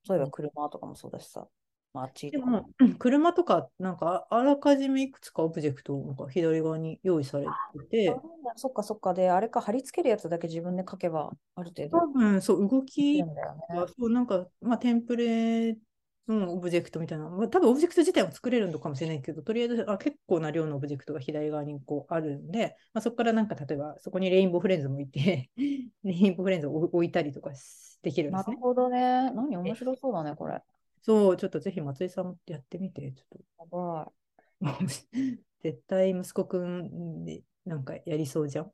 Speaker 2: 例えば車とかもそうだしさ。まあ、あっち
Speaker 1: で
Speaker 2: とかも
Speaker 1: も、うん車とか、なんかああらかじめいくつかオブジェクトをなんか左側に用意されてて、
Speaker 2: あそっかそっかで、あれか貼り付けるやつだけ自分で書けば、ある程度
Speaker 1: 多分そう、動
Speaker 2: でき
Speaker 1: き
Speaker 2: るんだよね。
Speaker 1: あそう、なんか、まあ、テンプレのオブジェクトみたいな、まあ、多分オブジェクト自体も作れるのかもしれないけど、とりあえずあ結構な量のオブジェクトが左側にこうあるんで、まあ、そこからなんか例えばそこにレインボーフレンズもいて、 レインボーフレンズを置置いたりとかしできるんで
Speaker 2: な
Speaker 1: す
Speaker 2: る
Speaker 1: ね。
Speaker 2: ほどね。何面白そうだね、これ。や
Speaker 1: そう、ちょっとぜひ松井さんもやってみて、ちょっ
Speaker 2: ばい。
Speaker 1: と。 絶対息子くんになんかやりそうじゃん。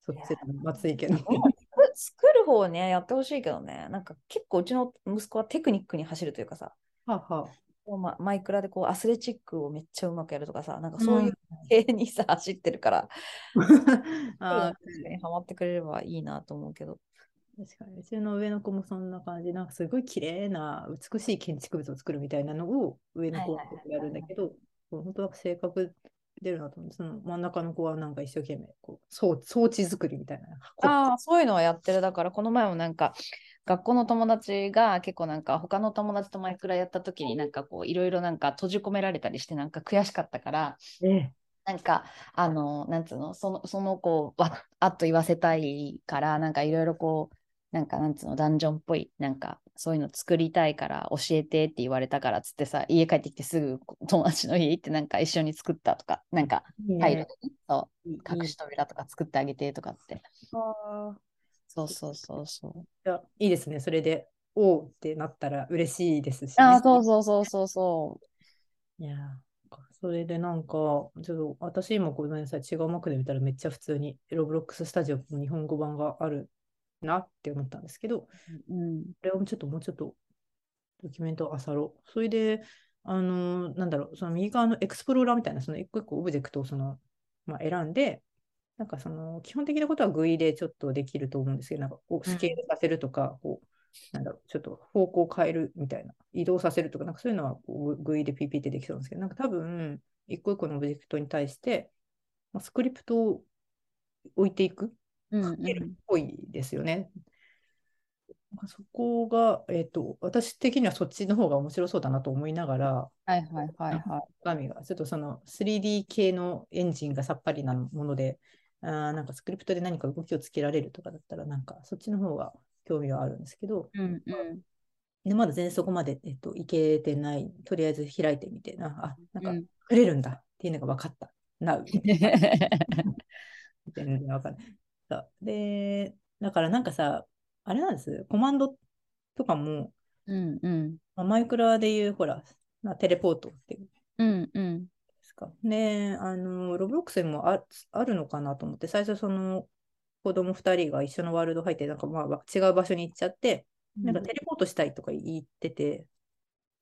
Speaker 1: そっちの松井家の。
Speaker 2: どう作る方をね、やってほしいけどね、なんか結構うちの息子はテクニックに走るというかさ、
Speaker 1: はあはあ
Speaker 2: こうま、マイクラでこうアスレチックをめっちゃうまくやるとかさ、なんかそういう系にさ、走ってるから、
Speaker 1: あー
Speaker 2: 確かにハマってくれればいいなと思うけど。
Speaker 1: 確かに、うちの上の子もそんな感じ、なんかすごい綺麗な美しい建築物を作るみたいなのを上の子は
Speaker 2: はいはいはいはい
Speaker 1: やるんだけど、もう本当は性格出るなと思う。その真ん中の子はなんか一生懸命こう装装置作りみたいな。
Speaker 2: ああ、そういうのはやってる。だから、この前もなんか、学校の友達が結構なんか、他の友達とマイクラやった時になんかこう、いろいろなんか閉じ込められたりして、なんか悔しかったから、
Speaker 1: ええ
Speaker 2: なんか、あの、なんつうの、その、その子をわあっと言わせたいから、なんかいろいろこう、なんかなんつうの、ダンジョンっぽい、なんかそういうの作りたいから教えてって言われたから、つってさ、家帰ってきてすぐ友達の家行ってなんか一緒に作ったとか、なんか、タイルでね、そ、
Speaker 1: いいう
Speaker 2: 隠し扉とか作ってあげてとかって。
Speaker 1: あー
Speaker 2: そうそうそうそ
Speaker 1: い
Speaker 2: う。
Speaker 1: やいいですね。それで、おうってなったら嬉しいですし、ね。
Speaker 2: ああ、そうそうそうそうそう。
Speaker 1: いやーそれでなんか、ちょっと私今ごめんなさい、違う幕で見たらめっちゃ普通に、ロブロックススタジオの日本語版があるなって思ったんですけど、こ
Speaker 2: うん、
Speaker 1: れをちょっともうちょっとドキュメントを漁ろう。それで、あのーなんだろう、その右側のエクスプローラーみたいな、その一個一個オブジェクトをその、まあ、選んで、なんかその基本的なことは GUI でちょっとできると思うんですけど、なんかこう
Speaker 2: うん
Speaker 1: スケールさせるとか、こうなんだろう、ちょっと方向を変えるみたいな、移動させるとか、なんかそういうのはこう GUI で PP ってできそうなんですけど、なんか多分、一個一個のオブジェクトに対して、まあ、スクリプトを置いていく
Speaker 2: うん、
Speaker 1: かける
Speaker 2: う
Speaker 1: っぽいですよね。なんかそこが、えっと、私的にはそっちの方が面白そうだなと思いながら、
Speaker 2: はいはいはいはい。
Speaker 1: 鏡が、ちょっとその 3D 系のエンジンがさっぱりなもので、あーなんかスクリプトで何か動きをつけられるとかだったら、なんかそっちの方が興味はあるんですけど、
Speaker 2: うんうん
Speaker 1: でまだ全然そこまで、えっと、いけてない、とりあえず開いてみて、なあ、なんか
Speaker 2: う
Speaker 1: 作
Speaker 2: ん
Speaker 1: れるんだっていうのが分かった。なう。全然わかんない。そうで、だからなんかさ、あれなんです、コマンドとかも、
Speaker 2: うんうん
Speaker 1: まあマイクラでいう、ほら、まあテレポートっていう
Speaker 2: うんうん
Speaker 1: ですか。ねあの、ロブロックスにもああるのかなと思って、最初その子供2人が一緒のワールド入って、なんかまあ違う場所に行っちゃって、なんかテレポートしたいとか言ってて、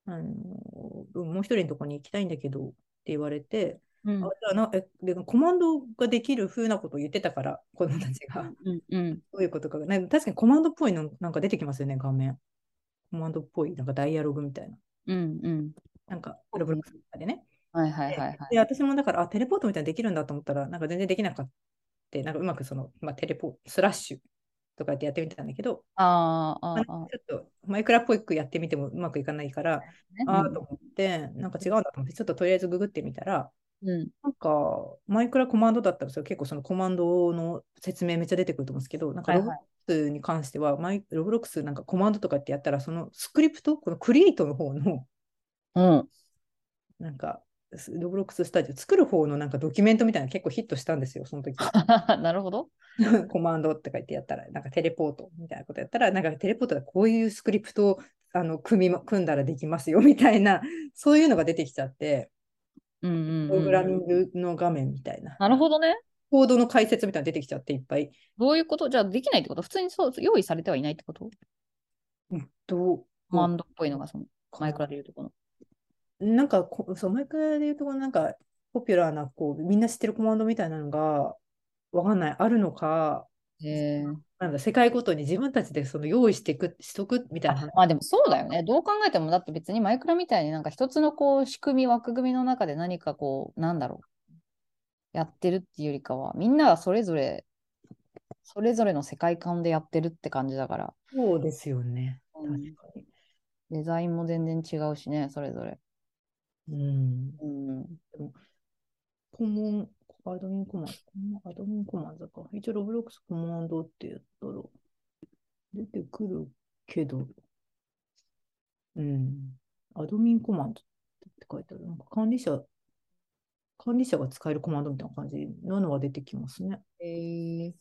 Speaker 1: あの、うんもう一人のとこに行きたいんだけどって言われて、
Speaker 2: うん
Speaker 1: あじゃあなえでコマンドができる風なことを言ってたから、子供たちが。
Speaker 2: うんうん
Speaker 1: どういうことかが、なんか確かにコマンドっぽいのなんか出てきますよね、画面。コマンドっぽい、なんかダイアログみたいな。
Speaker 2: うんうん
Speaker 1: なんか、
Speaker 2: そう
Speaker 1: ロ
Speaker 2: ね
Speaker 1: ブロックスとかでね。
Speaker 2: はいはいはいはい。
Speaker 1: で、私もだから、あ、テレポートみたいなのできるんだと思ったら、なんか全然できなかった。なんかうまくその、まあ、テレポート、スラッシュとかってやってみてたんだけど、
Speaker 2: あーあ
Speaker 1: まあ
Speaker 2: ー
Speaker 1: ち
Speaker 2: あ
Speaker 1: ょっとマイクラっぽくやってみてもうまくいかないから、あ
Speaker 2: ー
Speaker 1: あと思って、なんか違うんだと思って、ちょっととりあえずググってみたら、
Speaker 2: うん
Speaker 1: なんか、マイクラコマンドだったらそれ結構そのコマンドの説明めっちゃ出てくると思うんですけど、なんか
Speaker 2: はい
Speaker 1: ロ
Speaker 2: はい
Speaker 1: ブロックスに関しては、マイロブロックスなんかコマンドとかってやったら、そのスクリプト、このクリエイトの方の、
Speaker 2: うん
Speaker 1: なんか、すロブロックススタジオ作る方のなんかドキュメントみたいなの結構ヒットしたんですよ、そ の時。
Speaker 2: なるほど。
Speaker 1: コマンドとか言ってやったら、なんかテレポートみたいなことやったら、なんかテレポートはこういうスクリプトをあの組みま組んだらできますよみたいな、そういうのが出てきちゃって、
Speaker 2: うんうん
Speaker 1: プ
Speaker 2: う
Speaker 1: ログラミ
Speaker 2: ん
Speaker 1: ングの画面みたいな。
Speaker 2: なるほどね。
Speaker 1: コードの解説みたいなの出てきちゃっていっぱい。
Speaker 2: どういうことじゃあできないってこと普通にそう用意されてはいないってこと
Speaker 1: どう
Speaker 2: コマンドっぽいのがその
Speaker 1: か
Speaker 2: マイクラでいうとこの。
Speaker 1: なんかこ、そう、マイクラで言うとこのなんか、ポピュラーな、こう、みんな知ってるコマンドみたいなのが、わかんない、あるのか、
Speaker 2: へえ。
Speaker 1: なんだ、世界ごとに自分たちでその用意していく、しとくみたいな。
Speaker 2: まあでもそうだよね。どう考えてもだって別にマイクラみたいになんか一つのこう仕組み枠組みの中で何かこうなんだろうやってるっていうよりかはみんながそれぞれそれぞれの世界観でやってるって感じだから
Speaker 1: そうですよね。
Speaker 2: う
Speaker 1: 確
Speaker 2: ん
Speaker 1: かに。
Speaker 2: デザインも全然違うしねそれぞれ。
Speaker 1: うん。
Speaker 2: うん。
Speaker 1: コモン、アドミンコマンド、アドミンコマンドか。一応、ロブロックスコマンドってやったら、出てくるけど、うん。アドミンコマンドって書いてある。なんか管理者、管理者が使えるコマンドみたいな感じなのが出てきますね。
Speaker 2: え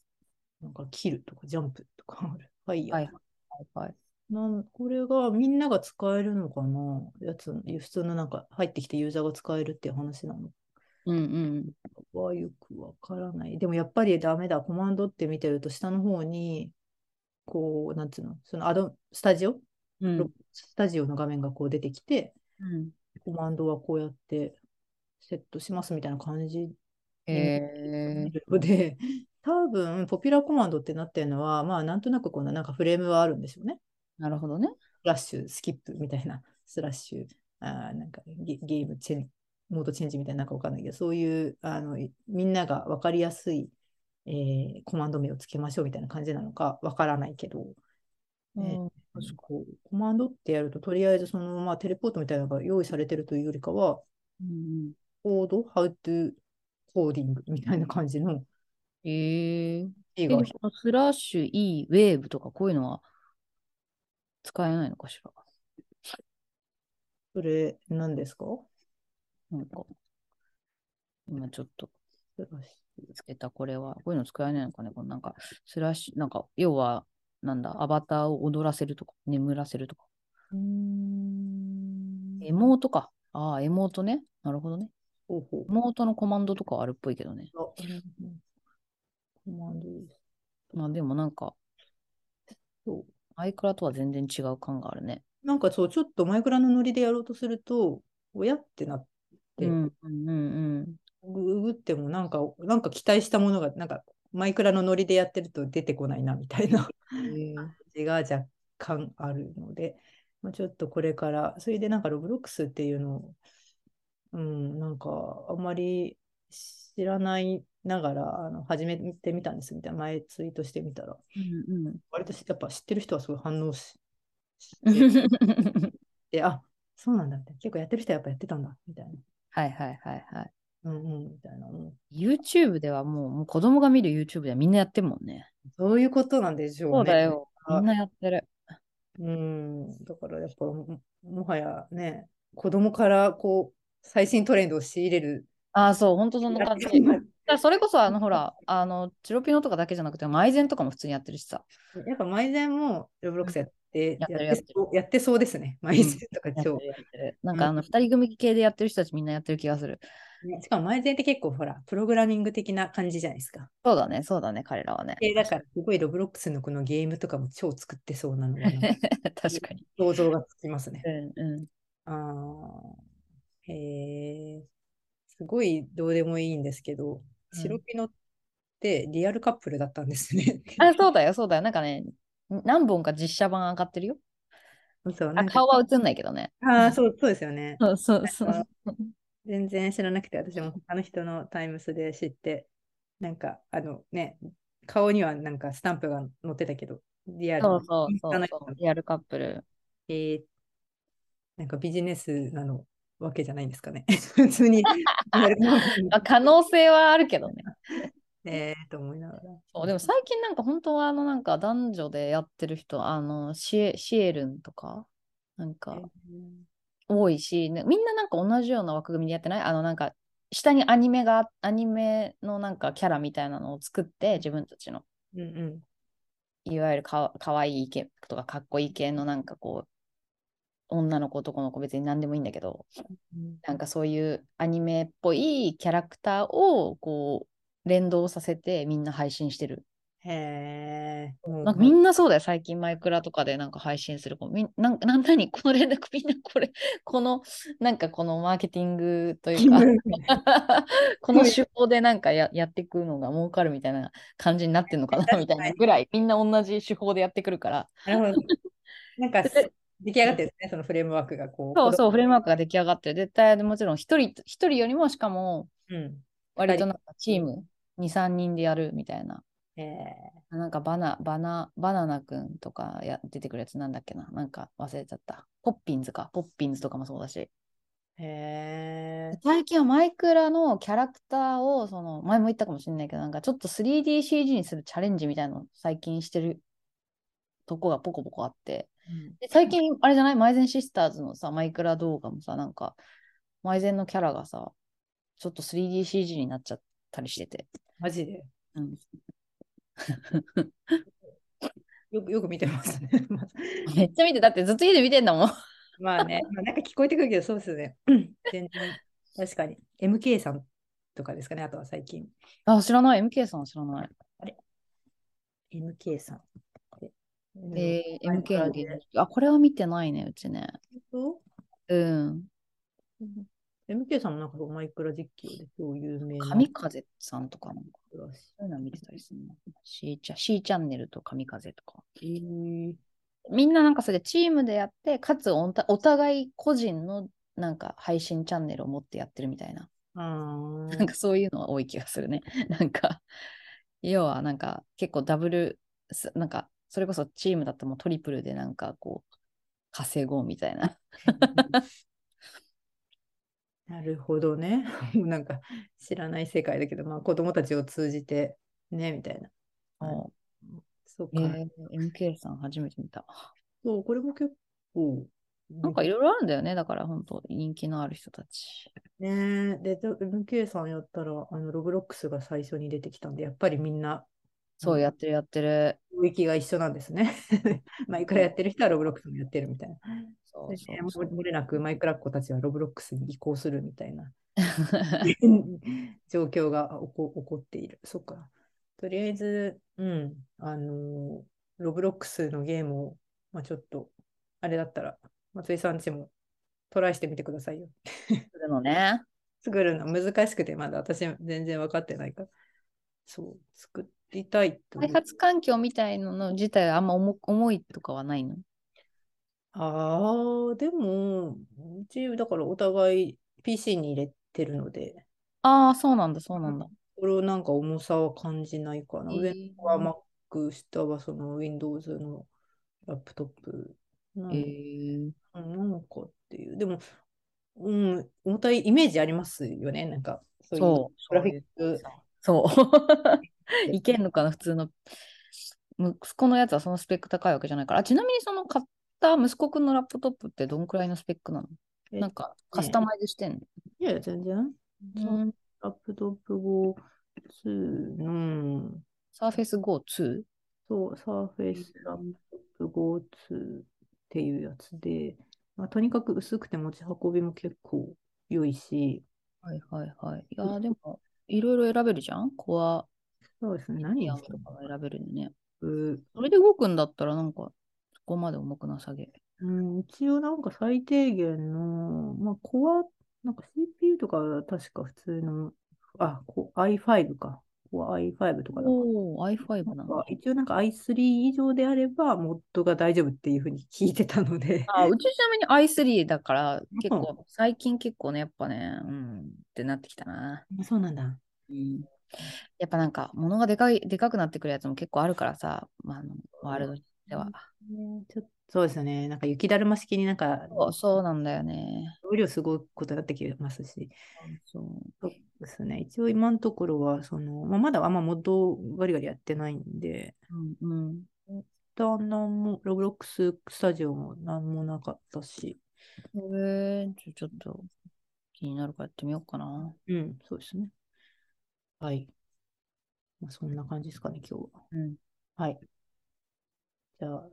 Speaker 1: なんか、キルとか、ジャンプとかある。ファイヤー
Speaker 2: はいはいはい。
Speaker 1: なんこれがみんなが使えるのかなやつ、普通のなんか入ってきてユーザーが使えるっていう話なの
Speaker 2: うんうん。
Speaker 1: はよくわからない。でもやっぱりダメだ。コマンドって見てると下の方にこう、なんていうの、そのアド、スタジオ、
Speaker 2: うん
Speaker 1: ロスタジオの画面がこう出てきて、
Speaker 2: うん
Speaker 1: コマンドはこうやってセットしますみたいな感じ
Speaker 2: え
Speaker 1: で、多分、ポピュラーコマンドってなってるのは、まあ、なんとなくこのなんかフレームはあるんでしょうね。
Speaker 2: なるほどね。
Speaker 1: スラッシュ、スキップみたいな、 スラッシュ、あーなんかゲゲームチェン、モードチェンジみたいな、なんかわかんないけど、そういうあのいみんながわかりやすい、えーコマンド名をつけましょうみたいな感じなのかわからないけど、
Speaker 2: う
Speaker 1: ね
Speaker 2: ん
Speaker 1: こうコマンドってやると、とりあえずその、まあ、テレポートみたいなのが用意されてるというよりかは、
Speaker 2: うん
Speaker 1: コード、how to coding みたいな感じの
Speaker 2: えー、
Speaker 1: キー
Speaker 2: え
Speaker 1: が
Speaker 2: でもスラッシュ E、ウェーブとかこういうのは使えないのかしら。
Speaker 1: それなんですか
Speaker 2: なんか、今ちょっと
Speaker 1: スラッシュ
Speaker 2: つけたこれは、こういうの使えないのかね、このなんか、スラッシュ、なんか、要は、なんだ、アバターを踊らせるとか、眠らせるとか。
Speaker 1: うーん
Speaker 2: エモートか。ああ、エモートね。なるほどね。
Speaker 1: ほうほう
Speaker 2: エモートのコマンドとかはあるっぽいけどね。
Speaker 1: あうんコマンドです
Speaker 2: まあでもなんか、
Speaker 1: そ
Speaker 2: アイクラとは全然違う感があるね。
Speaker 1: うなんかそう、ちょっとマイクラのノリでやろうとすると、親ってなって、
Speaker 2: うんうんうん
Speaker 1: ググってもなんか、なんか期待したものが、なんかマイクラのノリでやってると出てこないなみたいな
Speaker 2: うん。
Speaker 1: 字が若干あるので、まあ、ちょっとこれから、それでなんかロブロックスっていうのを、うん、なんかあんまり知らないながら、あの始めてみたんですみたいな、前ツイートしてみたら、
Speaker 2: うんうん
Speaker 1: 割とやっぱ知ってる人はすごい反応しして
Speaker 2: は
Speaker 1: で、あそうなんだみたいな。結構やってる人はやっぱやってたんだ、みたい
Speaker 2: い はいはいはい。
Speaker 1: な。うんうん、みたいな。うん
Speaker 2: YouTube ではもう、もう子供が見る YouTube ではみんなやってるもんね。
Speaker 1: そういうことなんでしょうね。
Speaker 2: そうだ。よ。
Speaker 1: あ
Speaker 2: みんなやってる。
Speaker 1: うん、だからやっぱも、もはやね、子供からこう、最新トレンドを仕入れる。
Speaker 2: ああ、そう、本当そんな感じ。だからそれこそ、あの、ほら、あの、チロピノとかだけじゃなくて、マイゼンとかも普通にやってるしさ。
Speaker 1: やっぱ、毎前もロブロックスやって、
Speaker 2: やってる
Speaker 1: やってそうやってそうですね。毎前とか
Speaker 2: やって
Speaker 1: 超
Speaker 2: る。やってるなんか、あの、二人組系でやってる人たちみんなやってる気がする。
Speaker 1: ねしかも毎前って結構ほら、プログラミング的な感じじゃないですか。
Speaker 2: そうだね、そうだね、彼らはね。
Speaker 1: えだから、すごいロブロックスのこのゲームとかも超作ってそうなの が、なんか
Speaker 2: 確かに。
Speaker 1: 想像がつきますね。
Speaker 2: うんうん。
Speaker 1: あーへえ、すごいどうでもいいんですけど、
Speaker 2: うん
Speaker 1: 白ピノってリアルカップルだったんですね。
Speaker 2: あ、そうだよ、そうだよ。なんかね、何本か実写版上がってるよ。
Speaker 1: そう、な
Speaker 2: あ
Speaker 1: んか
Speaker 2: 顔は映んないけどね。
Speaker 1: あーそう、そうですよね。
Speaker 2: そうそうそ
Speaker 1: なん
Speaker 2: う。
Speaker 1: 全然知らなくて、私も他の人のタイムスで知って、なんか、あのね、顔にはなんかスタンプが載ってたけど、リアル
Speaker 2: そうそうそ
Speaker 1: な
Speaker 2: うそう。リアルカップル。
Speaker 1: えーなんかビジネスなのわけじゃないんですかね。 普通 にリアルカップル
Speaker 2: あ、可能性はあるけどね。
Speaker 1: えーと思いながら。
Speaker 2: そうでも最近なんか本当はあのなんか男女でやってる人、あのシエシエルンとか、なんか多いし、ね、みんななんか同じような枠組みでやってないあのなんか下にアニメが、アニメのなんかキャラみたいなのを作って自分たちの。
Speaker 1: うんうん。
Speaker 2: いわゆるかかわいい系とかかっこいい系のなんかこう女の子男の子別に何でもいいんだけど
Speaker 1: うん
Speaker 2: なんかそういうアニメっぽいキャラクターをこう連動させてみんな配信してる
Speaker 1: へえ。もう
Speaker 2: なんかみんなそうだよ最近マイクラとかでなんか配信する子みんなんなん何この連絡みんなこれこのなんかこのマーケティングというか この手法でなんかややっていくのが儲かるみたいな感じになってるのかなみたいなぐらいみんな同じ手法でやってくるから
Speaker 1: なるほど。 なんか
Speaker 2: で
Speaker 1: 出来上がってるんですね、そのフレームワークがこう。
Speaker 2: そうそう、フレームワー
Speaker 1: ク。
Speaker 2: クが出来上がってる。絶対、もちろん一人、一人よりも、しかも、
Speaker 1: うん。
Speaker 2: 割となんかチーム、2、3人でやるみたいな。
Speaker 1: え
Speaker 2: なんかバナ、バナ、バナナくんとかや出てくるやつなんだっけな。なんか忘れちゃった。ポッピンズか。ポッピンズとかもそうだし。
Speaker 1: ー、へー
Speaker 2: 最近はマイクラのキャラクターを、その、前も言ったかもしれないけど、なんかちょっと 3DCG にするチャレンジみたいなのを最近してるとこがポコポコあって。で最近、あれじゃないマイゼンシスターズのさ、マイクラ動画もさ、なんか、マイゼンのキャラがさ、ちょっと 3DCG になっちゃったりしてて。
Speaker 1: マジで。
Speaker 2: うん、
Speaker 1: よくよく見てますね。
Speaker 2: めっちゃ見て、だってずっと家で見てんだも ん。
Speaker 1: まあね、まあなんか聞こえてくるけど、そうです ね。全然。確かに。MK さんとかですかね、あとは最近。
Speaker 2: あ、知らない。MK さんは知らない。
Speaker 1: MK さん。これ
Speaker 2: で、
Speaker 1: うん
Speaker 2: MK
Speaker 1: はい
Speaker 2: の芸人。あ、これは見てないね、うちね。
Speaker 1: 本
Speaker 2: うん。
Speaker 1: 当 MK さんもなんかマイクラ実況で超有名な
Speaker 2: 神風さんとかなんか、
Speaker 1: 人らし
Speaker 2: そういうの見てたりするの。C チャ C チャンネルと神風とか。
Speaker 1: い。えー
Speaker 2: みんななんかそれチームでやって、かつおたお互い個人のなんか配信チャンネルを持ってやってるみたいな。
Speaker 1: あ
Speaker 2: なんかそういうのは多い気がするね。 なんか、要はなんか結構ダブル、すなんかそれこそチームだったらもうトリプルでなんかこう、稼ごうみたい な。
Speaker 1: ー なるほどね。もうなんか知らない世界だけど、まあ子供たちを通じてね、みたいな。
Speaker 2: も
Speaker 1: そう
Speaker 2: う
Speaker 1: か。
Speaker 2: えー MK さん初めて見た。
Speaker 1: そう、これも結構。
Speaker 2: なんかいろいろあるんだよね。だから本当人気のある人たち。
Speaker 1: ねえ、で、と MK さんやったら、あの、ロブロックスが最初に出てきたんで、やっぱりみんな、
Speaker 2: そうう、
Speaker 1: ん
Speaker 2: やってるやってる。
Speaker 1: 領域が一緒なんですね。 マイクラやってる人はロブロックスもやってるみたいな。
Speaker 2: そ
Speaker 1: で
Speaker 2: う
Speaker 1: ね
Speaker 2: そうそ
Speaker 1: も
Speaker 2: う
Speaker 1: う漏れなくマイクラっ子たちはロブロックスに移行するみたいな 状況が起こ起こっている。そっか。とりあえず、うん、あのーロブロックスのゲームを、まあ、ちょっと、あれだったら、松井さんちもトライしてみてくださいよ。
Speaker 2: するのね。
Speaker 1: 作るの難しくて、まだ私全然分かってないから。そう、作りたいと思
Speaker 2: 開
Speaker 1: う。
Speaker 2: 発環境みたいなの自体はあんま重重いとかはないの
Speaker 1: ああ、でも、うち、だからお互い PC に入れてるので、
Speaker 2: ああ、そうなんだ、そうなんだ。
Speaker 1: これをなんか重さは感じないかな。上
Speaker 2: えー
Speaker 1: は Mac、下はその Windows のラップトップなの
Speaker 2: えー
Speaker 1: なんかっていう。でも、うん、重たいイメージありますよね。なんか、そういう
Speaker 2: そう。
Speaker 1: グラフィック。
Speaker 2: そう。いけんのかな、普通の。息子のやつはそのスペック高いわけじゃないから。あちなみにその買った息子くんのラップトップってどんくらいのスペックなの
Speaker 1: え
Speaker 2: なんかカスタマイズしてんの、
Speaker 1: いやいや、全然。
Speaker 2: うん、
Speaker 1: ラップトップ5、2の、
Speaker 2: サーフェイス GO2?
Speaker 1: そう、サーフェイスラップ5、2っていうやつで、まあ、とにかく薄くて持ち運びも結構良いし、
Speaker 2: はいはいはい。いやーでも、いろいろ選べるじゃんコア、
Speaker 1: そうですね、
Speaker 2: ミ
Speaker 1: 何
Speaker 2: ディア
Speaker 1: に
Speaker 2: ム
Speaker 1: し
Speaker 2: とかも選べるのね。
Speaker 1: う
Speaker 2: それで動くんだったら、なんか、そこまで重くなさげ。
Speaker 1: うん、一応なんか最低限の、まあ、コア、なんか CPU とかは確か普通の、あ、こ i5 か。コア i5 とかだから
Speaker 2: おお、i5 なんだ。
Speaker 1: 一応なんか i3 以上であれば、モッドが大丈夫っていうふうに聞いてたので、
Speaker 2: あうちちなみに i3 だから、結
Speaker 1: う
Speaker 2: 構、最近結構ね、やっぱね、うん、ってなってきたな。
Speaker 1: そうなんだ。
Speaker 2: うん、やっぱなんか、物がでかい、でかくなってくるやつも結構あるからさ、まあ、あのワールドでは。
Speaker 1: ねちょっとそうですよね。なんか雪だるま式になんか、
Speaker 2: そうそうなんだよね。
Speaker 1: 容量すごいことになってきますし、
Speaker 2: そう
Speaker 1: そうですね。一応今のところは、その、まあ、まだあんまモッドをガリガリやってないんで、
Speaker 2: うんうん
Speaker 1: 旦那もロブロックススタジオも何もなかったし、
Speaker 2: へえじゃあちょっと気になるからやってみようかな。
Speaker 1: うん、そうですね。はい。まあ、そんな感じですかね、今日は。
Speaker 2: うん。
Speaker 1: はい。じゃあ、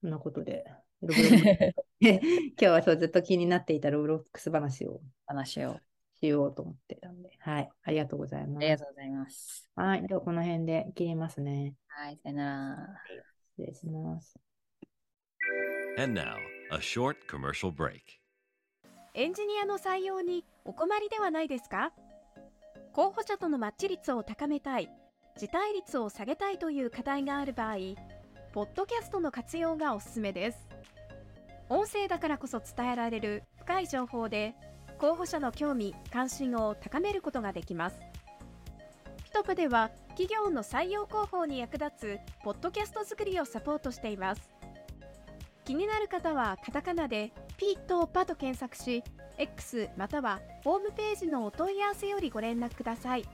Speaker 1: そんなこと で、ロブロック今日はそうずっと気になっていたロブロックス話を
Speaker 2: 話を。
Speaker 1: しようと思ってたんで、はい、ありがとうござい
Speaker 2: あ
Speaker 1: ま
Speaker 2: りが
Speaker 1: す。
Speaker 2: とうございます。
Speaker 1: はい、ではこの辺で切りますね。
Speaker 2: はい、さよなら。
Speaker 1: 失礼します。
Speaker 3: And now, a short commercial break.
Speaker 4: エンジニアの採用にお困りではないですか候補者とのマッチ率を高めたい、辞退率を下げたいという課題がある場合、ポッドキャストの活用がおすすめです。音声だからこそ伝えられる深い情報で、候補者の興味・関心を高めることができます。ピトプでは企業の採用広報に役立つポッドキャスト作りをサポートしています。気になる方はカタカナでピッとパと検索し、X またはホームページのお問い合わせよりご連絡ください。